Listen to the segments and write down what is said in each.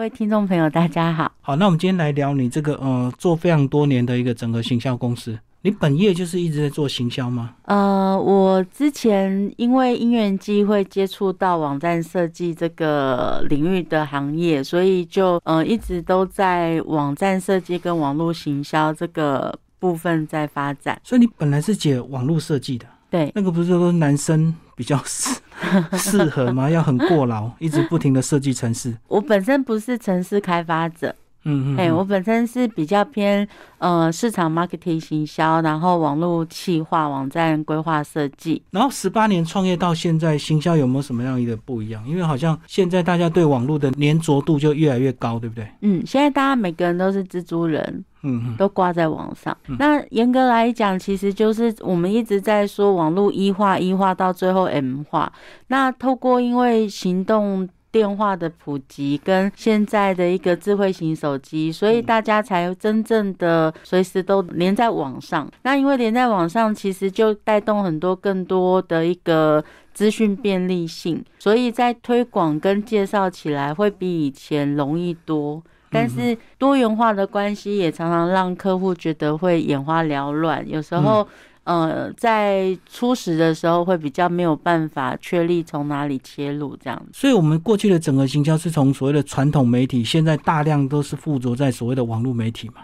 位听众朋友，大家好。好，那我们今天来聊你这个呃做非常多年的一个整个行销公司，你本业就是一直在做行销吗？呃，我之前因为因缘机会接触到网站设计这个领域的行业，所以就呃一直都在网站设计跟网络行销这个部分在发展。所以你本来是解网络设计的，对，那个不是说男生比较 适适合吗？要很过劳，一直不停的设计城市。我本身不是城市开发者，嗯嗯，哎、嗯我本身是比较偏呃市场 marketing 行销，然后网络企划、网站规划设计。然后十八年创业到现在，行销有没有什么样一个不一样？因为好像现在大家对网络的粘着度就越来越高，对不对？嗯，现在大家每个人都是蜘蛛人，嗯嗯都挂在网上。那严格来讲，其实就是我们一直在说网络一化一化到最后 M 化。那透过因为行动。电话的普及跟现在的一个智慧型手机，所以大家才真正的随时都连在网上。那因为连在网上，其实就带动很多更多的一个资讯便利性，所以在推广跟介绍起来会比以前容易多。但是多元化的关系也常常让客户觉得会眼花缭乱，有时候、呃在初始的时候会比较没有办法确立从哪里切入这样子。所以，我们过去的整个行销是从所谓的传统媒体，现在大量都是附着在所谓的网络媒体嘛。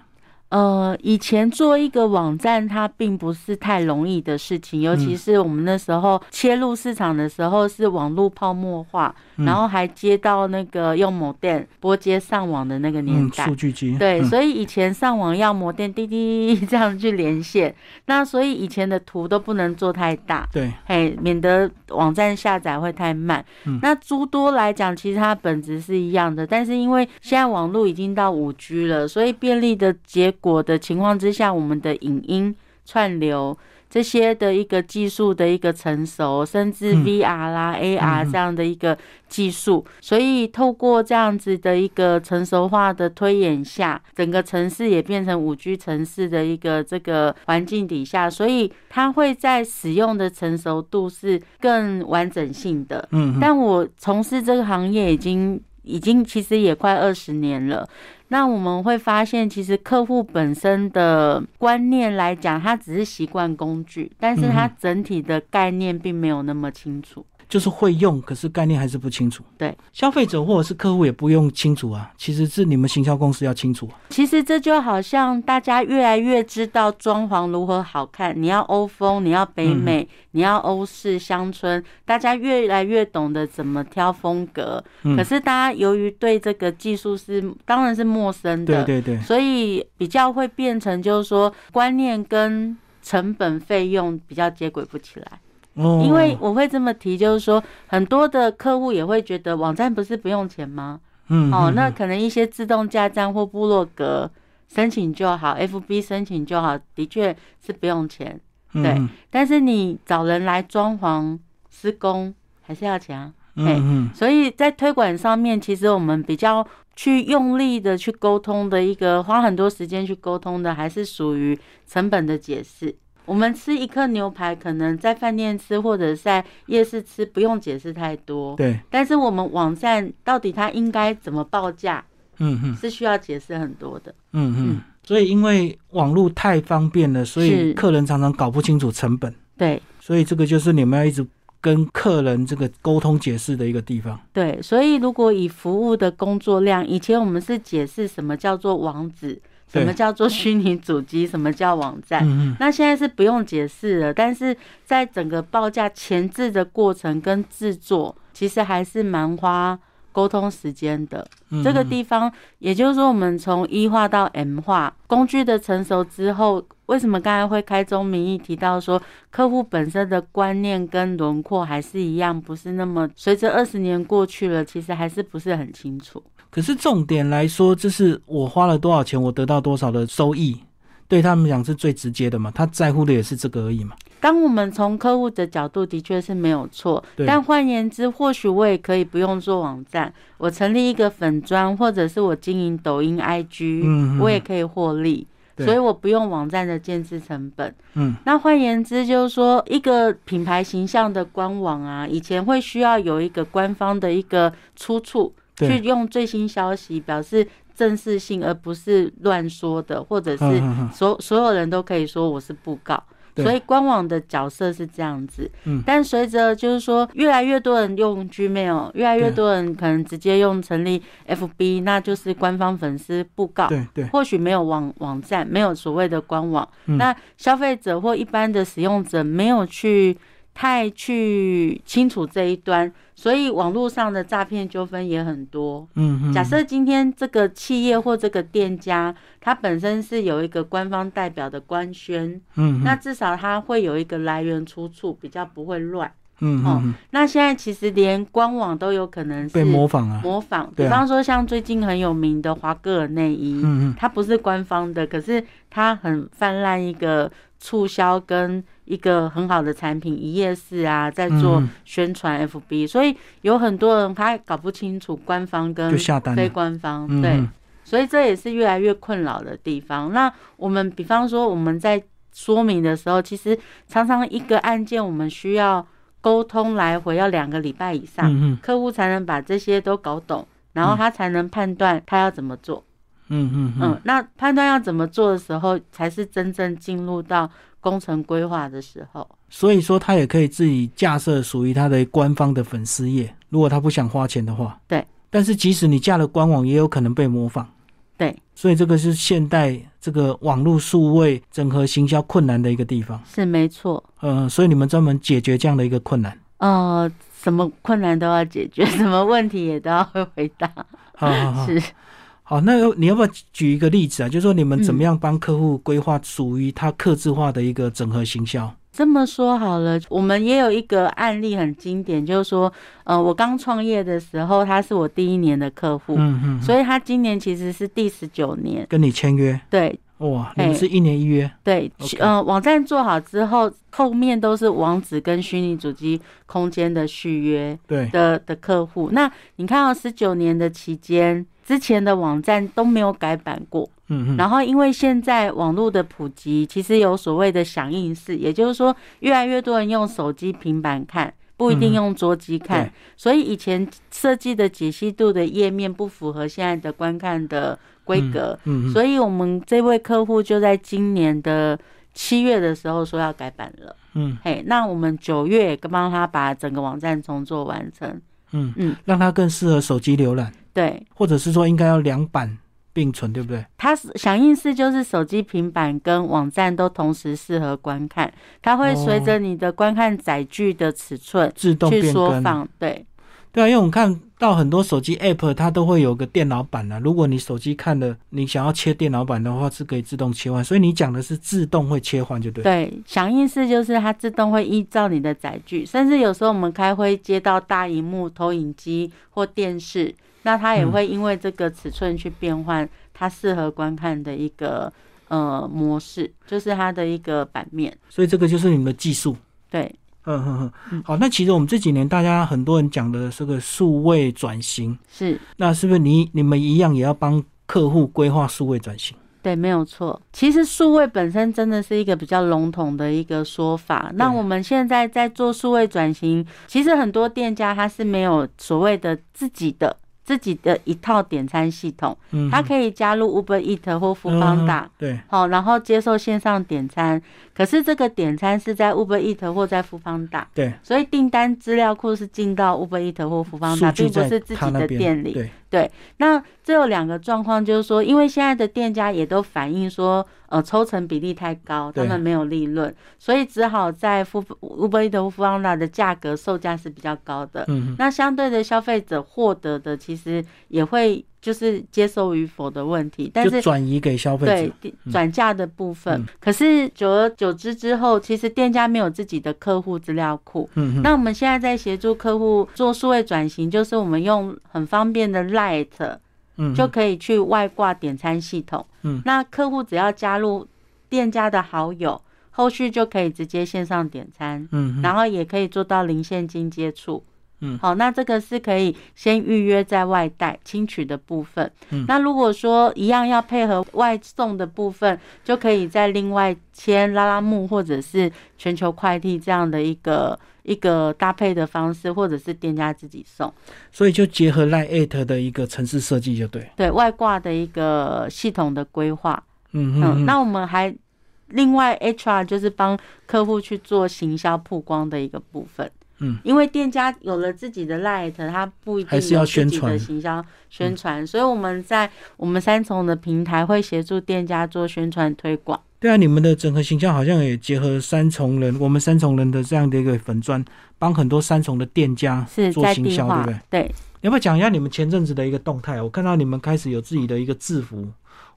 呃，以前做一个网站，它并不是太容易的事情，尤其是我们那时候切入市场的时候是网络泡沫化，然后还接到那个用某电拨接上网的那个年嗯，代。数据机。对，嗯所以以前上网要摩电滴滴 这样去连线，那所以以前的图都不能做太大，对，嘿，免得网站下载会太慢。嗯那诸多来讲，其实它本质是一样的，但是因为现在网络已经到五 G 了，所以便利的结果的情况之下，我们的影音串流。这些的一个技术的一个成熟，甚至嗯 VR 啦、嗯 AR 嗯这样的一个技术，所以透过这样子的一个成熟化的推演下，整个城市也变成五 G 城市的一个这个环境底下，所以它会在使用的成熟度是更完整性的。嗯，嗯但我从事这个行业已经已经其实也快二十年了。那我们会发现，其实客户本身的观念来讲，他只是习惯工具，但是他嗯整体的概念并没有那么清楚。就是会用，可是概念还是不清楚。对，消费者或者是客户也不用清楚啊，其实是你们行销公司要清楚啊、其实这就好像大家越来越知道装潢如何好看，你要欧风，你要北美，嗯你要欧式乡村，大家越来越懂得怎么挑风格。嗯可是大家由于对这个技术是当然是陌生的，对对 对，所以比较会变成就是说观念跟成本费用比较接轨不起来。哦，因为我会这么提，就是说很多的客户也会觉得网站不是不用钱吗？嗯哦，嗯那嗯可能一些自动加站或部落格申请就好，FB 申请就好，的确是不用钱。嗯对嗯但是你找人来装潢施工还是要钱啊。哎嗯所以在推广上面，其实我们比较去用力的去沟通的一个，花很多时间去沟通的，还是属于成本的解释。我们吃一颗牛排，可能在饭店吃或者在夜市吃，不用解释太嗯，多。对，但是我们网站到底它应该怎么报价，嗯嗯是需要解释很多的。嗯嗯嗯，所以因为网络太方便了，所以是客人常常搞不清楚成本，对所以这个就是你们要一直跟客人这个沟通解释的一个地方。对，所以如果以服务的工作量，以前我们是解释什么叫做网址，什么对叫做虚拟主机，什么叫网站。嗯嗯那现在是不用解释了，但是在整个报价前置的过程跟制作，其实还是蛮花沟通时间的。嗯，这个嗯地方，也就是说，我们从一化到 M 化，工具的成熟之后，为什么刚才会开宗明义提到说，客户本身的观念跟轮廓还是一样，不是那么随着二十年过去了，其实还是不是很清楚。可是重点来说，就是我花了多少钱，我得到多少的收益，对他们讲是最直接的嘛。他在乎的也是这个而已嘛。当我们从客户的角度的确是没有错，对但换言之，或许我也可以不用做网站，我成立一个粉砖，或者是我经营抖音、IG，、嗯嗯我也可以获利，对所以我不用网站的建制成本。嗯，那换言之，就是说一个品牌形象的官网啊，以前会需要有一个官方的一个出处。对去用最新消息表示正式性，而不是乱说的，或者嗯是嗯嗯，所所有人都可以说我是布告。对所以官网的角色是这样子，嗯但随着就是说越来越多人用 Gmail，越来越对多人可能直接用成立 FB，那就是官方粉丝布告。对对，或许没有网网站，没有所谓的官网，嗯那消费者或一般的使用者没有去太去清楚这一端，所以网络上的诈骗纠纷也很多。嗯嗯，假设今天这个企业或这个店家，它本身是有一个官方代表的官宣，嗯，嗯那至少它会有一个来源出处，比较不会乱。嗯嗯嗯那现在其实连官网都有可能被哦是模仿啊，模仿，对比啊方说像最近很有名的华歌尔内衣，嗯嗯它不是官方的，可是它很泛滥一个促销跟一个很好的产品一夜市啊，在做嗯嗯宣传 FB，、所以有很多人他搞不清楚官方跟就下单了非官方，嗯嗯，对，嗯所以这也是越来越困扰的地方。那我们比方说我们在说明的时候，其实常常一个案件我们需要沟通来回要两个礼拜以上，嗯嗯客户才能把这些都搞懂，然后他才能判断他要怎么做。嗯嗯嗯嗯，那判断要怎么做的时候，才是真正进入到工程规划的时候。所以说他也可以自己架设属于他的官方的粉丝页，如果他不想花钱的话。对。但是即使你架了官网，也有可能被模仿。对，所以这个是现代这个网络数位整合行销困难的一个地方。是没错。嗯、所以你们专门解决这样的一个困难。呃，什么困难都要解决， 什么问题也都要会回答。好好好，是，好，那你要不要举一个例子啊？就是说你们怎么样帮客户规划属于他客制化的一个整合行销？这么说好了，我们也有一个案例很经典，就是说，呃，我刚创业的时候，他是我第一年的客户，嗯嗯，所以他今年其实是第十九年。跟你签约，对哇，你哎们是一年一约，对 OK 呃，网站做好之后，后面都是网址跟虚拟主机空间的续约。对，的的客户。那你看到十九年的期间，之前的网站都没有改版过。嗯嗯，然后因为现在网络的普及，其实有所谓的响应式，也就是说，越来越多人用手机、平板看。不一定嗯用桌机看，对所以以前设计的解析度的页面不符合现在的观看的规格，嗯嗯，所以我们这位客户就在今年的七月的时候说要改版了。嗯嘿，那我们九月也帮他把整个网站重做完成。嗯嗯嗯，让它更适合手机浏览，对，或者是说应该要两版并存，对不对？它是响应式就是手机、平板跟网站都同时适合观看，它会随着你的观看载具的尺寸自哦动去变缩更，放。对，对啊，因为我们看到很多手机 App 它都会有个电脑版啊，如果你手机看的，你想要切电脑版的话，是可以自动切换，所以你讲的是自动会切换，就对。对，响应式就是它自动会依照你的载具，甚至有时候我们开会接到大荧幕、投影机或电视，那它也嗯会因为这个尺寸去变换它适合观看的一个呃模式，就是它的一个版面。所以这个就是你们的技术。对，嗯哼哼，嗯好，那其实我们这几年大家很多人讲的这个数位转型，是。那是不是你你们一样也要帮客户规划数位转型？对，没有错。其实数位本身真的是一个比较笼统的一个说法。那我们现在在做数位转型，其实很多店家他是没有所谓的自己的自己的一套点餐系统，嗯，他可以加入 Uber Eat 或 f o o 嗯对，好、然后接受线上点餐。可是这个点餐是在 Uber Eat 或在 f o o 对，所以订单资料库是进到 Uber Eat 或 f o o 数据并不在是自他己那的边店里。对，对，那这有两个状况，就是说，因为现在的店家也都反映说，呃，抽成比例太高，他对们没有利润，所以只好在 Fu- Uber Eats 或 Foodpanda 的价格售价是比较高的。嗯那相对的，消费者获得的其实也会就是接受与否的问题，但哼，是就转移给消费对者。地嗯转嫁的部分。嗯可是久而久之之后，其实店家没有自己的客户资料库，嗯哼，那我们现在在协助客户做数位转型，就是我们用很方便的 Light 嗯哼就可以去外挂点餐系统。嗯那客户只要加入店家的好友，后续就可以直接线上点餐，嗯哼，然后也可以做到零现金接触。嗯，好，那这个是可以先预约在外带清取的部分。嗯，那如果说一样要配合外送的部分，就可以在另外签拉拉木或者是全球快递这样的一个一个搭配的方式，或者是店家自己送。所以就结合 Line at 的一个城市设计，就对。对外挂的一个系统的规划。嗯嗯，哼哼，那我们还另外 HR 就是帮客户去做行销曝光的一个部分。嗯，因为店家有了自己的 light，他不一定还是要有自己宣传嗯的行销宣传，所以我们在我们三重的平台会协助店家做宣传推广。对啊，你们的整合形象好像也结合三重人，我们三重人的这样的一个粉砖，帮很多三重的店家是做在行地销，对化不对？，对，你要不要讲一下你们前阵子的一个动态？我看到你们开始有自己的一个制服，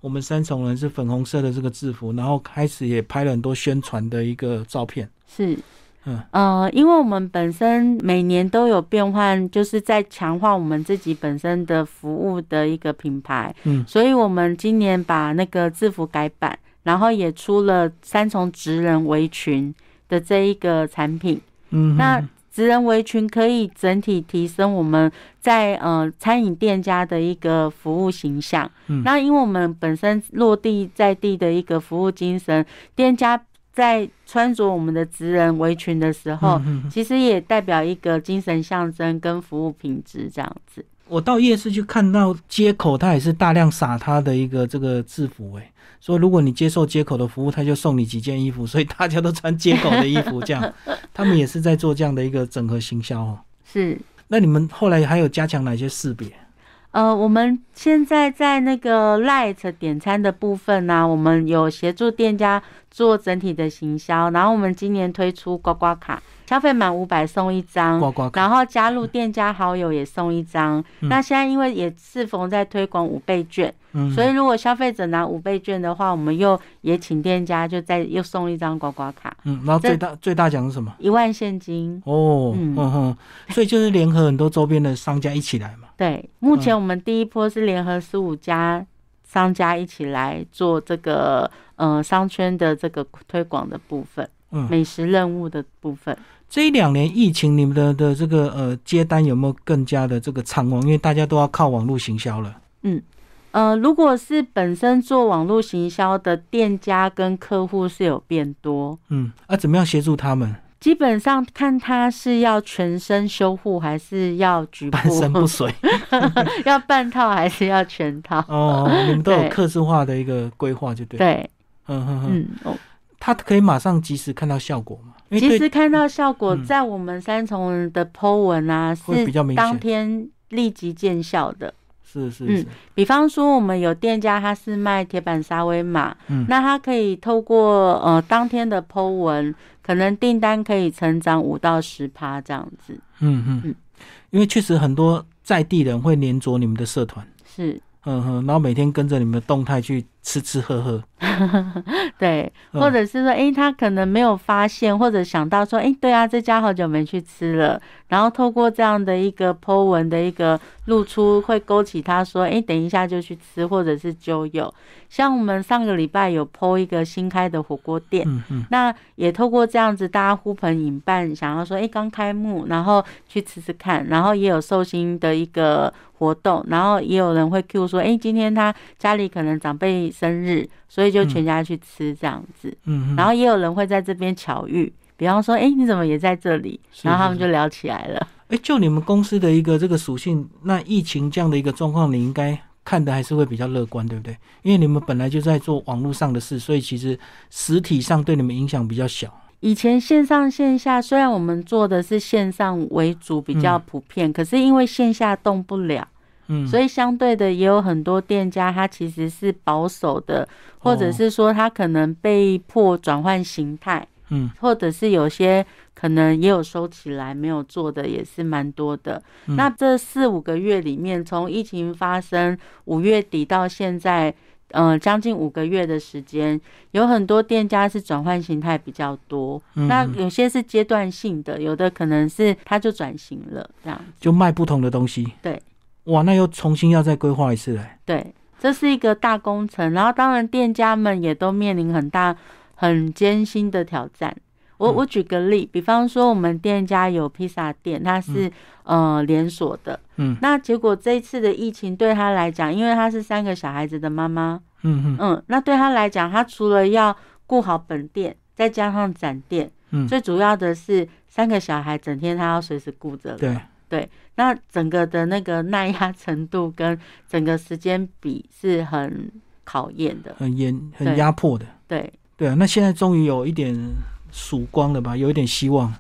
我们三重人是粉红色的这个制服，然后开始也拍了很多宣传的一个照片。是。嗯呃，因为我们本身每年都有变换，就是在强化我们自己本身的服务的一个品牌，嗯所以我们今年把那个制服改版，然后也出了三重职人围裙的这一个产品，嗯，那嗯职人围裙可以整体提升我们在呃餐饮店家的一个服务形象。嗯那因为我们本身落地在地的一个服务精神，店家在穿着我们的职人围裙的时候，嗯嗯嗯其实也代表一个精神象征跟服务品质这样子。我到夜市去看到街口，他也是大量撒他的一个这个制服、欸，哎，说如果你接受街口的服务，他就送你几件衣服，所以大家都穿街口的衣服，这样他们也是在做这样的一个整合行销哦。是，那你们后来还有加强哪些识别？呃，我们现在在那个 Light 点餐的部分呢、我们有协助店家做整体的行销，然后我们今年推出刮刮卡，消费满五百送一张，刮刮卡然后加入店家好友也送一张。那现在因为也适逢在推广五倍券，嗯所以如果消费者拿五倍券的话，我们又也请店家就再又送一张刮刮卡，嗯，然后最这大最大奖是什么？一万现金。哦，嗯嗯哼，所以就是联合很多周边的商家一起来嘛。对，目嗯前我们第一波是联合十五家商家一起来做这个呃商圈的这个推广的部分，嗯美食任务的部分。这一两年疫情，你们的的这个呃接单有没有更加的这个畅旺？因为大家都要靠网络行销了。呃，如果是本身做网络行销的店家跟客户是有变多，嗯，啊，怎么样协助他们基本上看他是要全身修护还是要局部半，身不遂？ 要半套还是要全套？哦，你们都有对客制化的一个规划，就对。，对，嗯哼哼，嗯，哦他可以马上及时看到效果嘛？因为其对，实看到效果嗯，在我们三重人的 Po 文啊，会是比较明显当天立即见效的。是是嗯是，比方说，我们有店家他是卖铁板沙威玛，嗯那他可以透过呃当天的 Po 文，可能订单可以成长五到十趴这样子。嗯嗯嗯嗯，因为确实很多在地人会黏着你们的社团。是嗯哼，然后每天跟着你们的动态去吃吃喝喝，对，嗯或者是说，诶，他可能没有发现，或者想到说，诶，对啊，这家好久没去吃了。然后透过这样的一个 Po 文的一个露出，会勾起他说，诶，等一下就去吃，或者是就有。像我们上个礼拜有 Po 一个新开的火锅店，嗯嗯那也透过这样子，大家呼朋引伴，想要说，诶，刚开幕，然后去吃吃看，然后也有寿星的一个活动，然后也有人会 Q 说，诶，今天他家里可能长辈生日，所以就全家去吃这样子，嗯然嗯。后也有人会在这边巧遇，比方说，诶，你怎么也在这里？是然后他们是就聊起来了。哎，就你们公司的一个这个属性，那疫情这样的一个状况，你应该看的还是会比较乐观，对不对？因为你们本来就在做网络上的事，所以其实实体上对你们影响比较小。以前线上线下，虽然我们做的是线上为主比较普遍，可是因为线下动不了。嗯，所以相对的，也有很多店家他其实是保守的，或哦者是说他可能被迫转换形态，嗯，或者是有些可能也有收起来没有做的，也是蛮多的。嗯那这四五个月里面，从疫情发生五月底到现在。呃，将近五个月的时间，有很多店家是转换形态比较多，嗯那嗯有些是阶段性的，有的可能是他就转型了这样子。就卖不同的东西。对，哇，那又重新要再规划一次嘞。对，这是一个大工程，然后当然店家们也都面临很大、很艰辛的挑战。我嗯我举个例，比方说我们店家有披萨店，它是、呃连锁的，嗯那结果这一次的疫情对他来讲，因为他是三个小孩子的妈妈，嗯嗯嗯，那对他来讲，他除了要顾好本店，再加上展店，嗯，最主要的是三个小孩整天他要随时顾着了，对，那整个的那个耐压程度跟整个时间比是很考验的，很严很对压迫的，对，对啊。那现在终于有一点曙光了吧，有一点希望。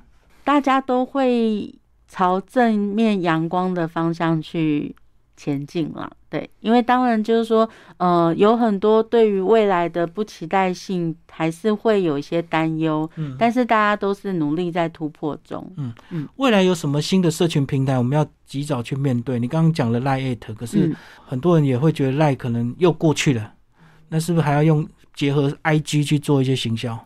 大家都会朝正面阳光的方向去前进啦。对，因为当然就是说，呃，有很多对于未来的不期待性，还是会有一些担忧，嗯，但是大家都是努力在突破中。未来有什么新的社群平台，我们要及早去面对。你刚刚讲了 Line，at，可是嗯，很多人也会觉得 Line 可能又过去了，那是不是还要用结合 IG 去做一些行销？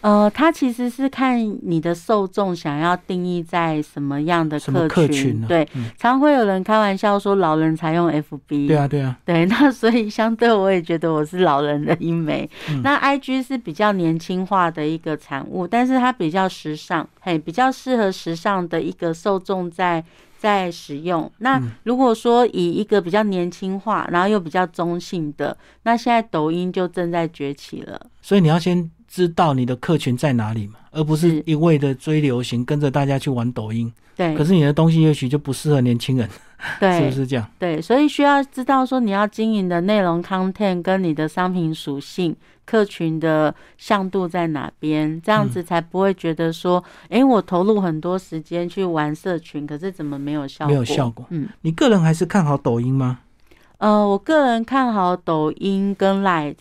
呃，它其实是看你的受众想要定义在什么样的什么客群呢对，嗯常会有人开玩笑说老人才用 FB。对啊，对啊，对， 那所以相对我也觉得我是老人的一枚。嗯那 IG 是比较年轻化的一个产物，但是它比较时尚，嘿，比较适合时尚的一个受众在在使用。那嗯如果说以一个比较年轻化，然后又比较中性的，那现在抖音就正在崛起了。所以你要先知道你的客群在哪里嘛，而不是是一味的追流行，跟着大家去玩抖音。对可，是你的东西也许就不适合年轻人，嗯对，是不是这样？对，所以需要知道说你要经营的内容 content 跟你的商品属性、客群的向度在哪边，这嗯样子才不会觉得说，诶，我投入很多时间去玩社群，可是怎么没有效果？没有效果。嗯，你个人还是看好抖音吗？呃，我个人看好抖音跟 Light，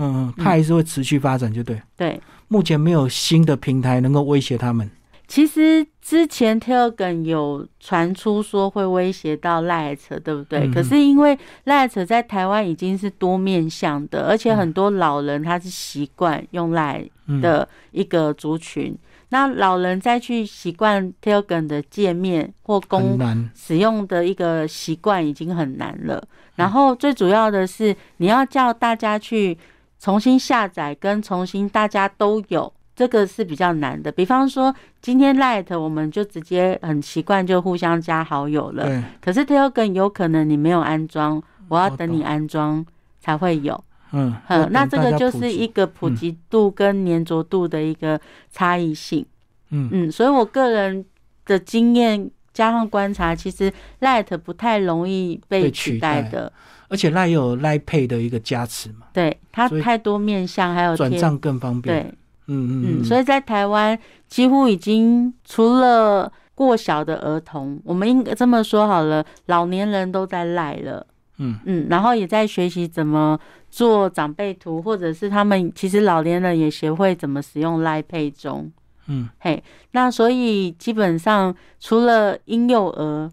嗯，嗯，它还是会持续发展，就对。对。目前没有新的平台能够威胁他们。其实之前 Telegram 有传出说会威胁到赖扯，对不对？嗯可是因为赖扯在台湾已经是多面向的，而且很多老人他是习惯用赖嗯，的一个族群。那老人再去习惯 Telegram 的界面或很公难。使用的一个习惯已经很难了，然后最主要的是你要叫大家去重新下载跟重新大家都有。这个是比较难的，比方说今天 Light 我们就直接很习惯就互相加好友了，对，可是 Telegram 有可能你没有安装，我要我等你懂安装才会有。嗯，要嗯，那等这大个家就普是及一个普嗯及度跟粘着度的一个差异性。嗯嗯，所以我个人的经验加上观察，其实 Light 不太容易被被取取代代的。而且赖有赖配的一个加持嘛，对，它所以太多面向，还有转哦贴账更方便。对，嗯嗯嗯，嗯，所以在台湾几乎已经除了过小的儿童，我们应该这么说好了，老年人都在赖了。嗯嗯，然后也在学习怎么做长辈图，或者是他们其实老年人也学会怎么使用 Line Pay 中。嗯嘿，那所以基本上除了婴幼儿、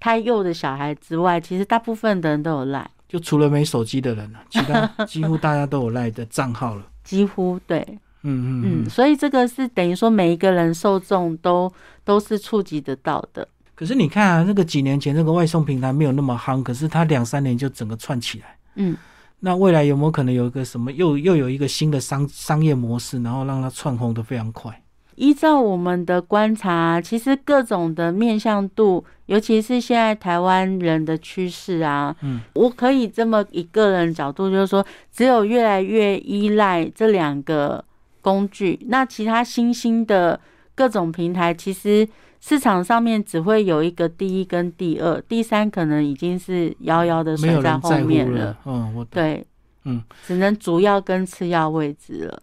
胎幼的小孩之外，其实大部分的人都有 Line，就除了没手机的人了，其 他几乎大家都有赖的账号了。几乎对，嗯嗯嗯，嗯。所以这个是等于说每一个人受众都都是触及得到的。可是你看啊，那个几年前那个外送平台没有那么夯，可是它两三年就整个串起来。嗯，那未来有没有可能有一个什么又又有一个新的商商业模式，然后让它窜红的非常快？依照我们的观察，其实各种的面向度，尤其是现在台湾人的趋势啊，嗯，我可以这么以个人角度，就是说，只有越来越依赖这两个工具，那其他新兴的各种平台，其实市场上面只会有一个第一跟第二，第三可能已经是遥遥的没甩有在人后在乎面了。嗯，我懂。对，嗯，只能主要跟次要位置了。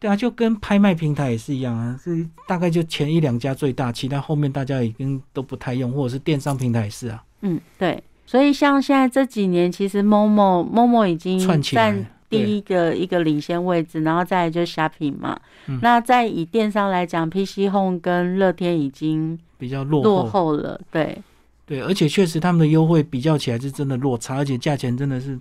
对啊，就跟拍卖平台也是一样啊，是大概就前一两家最大，其他后面大家已经都不太用，或者是电商平台也是啊，嗯，对。所以像现在这几年，其实 Momo Momo 已经串起来占对第一个一个领先位置，然后再来就是 Shopping 嘛。嗯那再以电商来讲，PC Home 跟乐天已经比较落后。落后了。对对，而且确实他们的优惠比较起来是真的落差，而且价钱真的是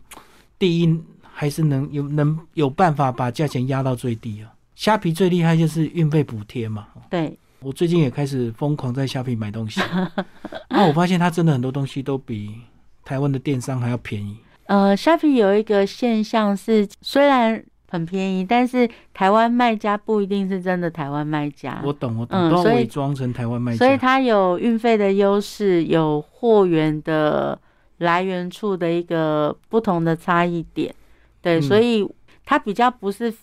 第一还是能有能有办法把价钱压到最低啊。虾皮最厉害就是运费补贴嘛，对，我最近也开始疯狂在虾皮 买东西，啊，我发现它真的很多东西都比台湾的电商还要便宜。呃，Shopping 有一个现象是，虽然很便宜，但是台湾卖家不一定是真的台湾卖家，我懂，我嗯懂，都所要以伪装成台湾卖所以家。它有运费的优势，有货源的来源处的一个不同的差异点，对，嗯所以它比较不是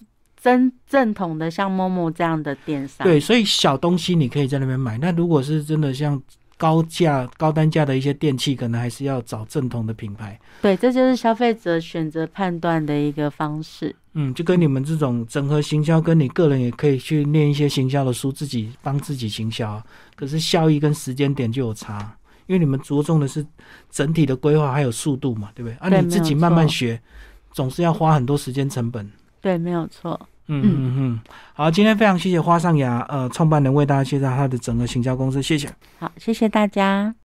真正统的像 Momo 这样的电商，对，所以小东西你可以在那边买。那如果是真的像高价、高单价的一些电器，可能还是要找正统的品牌。对，这就是消费者选择判断的一个方式。嗯，就跟你们这种整合行销，跟你个人也可以去念一些行销的书，自己帮自己行销啊。可是效益跟时间点就有差，因为你们着重的是整体的规划还有速度嘛，对不对？啊，对你自己没有慢慢错学，总是要花很多时间成本。对，没有错。嗯嗯嗯嗯，好，今天非常谢谢花上雅呃创办人为大家介绍他的整个行销公司，谢谢。好，谢谢大家。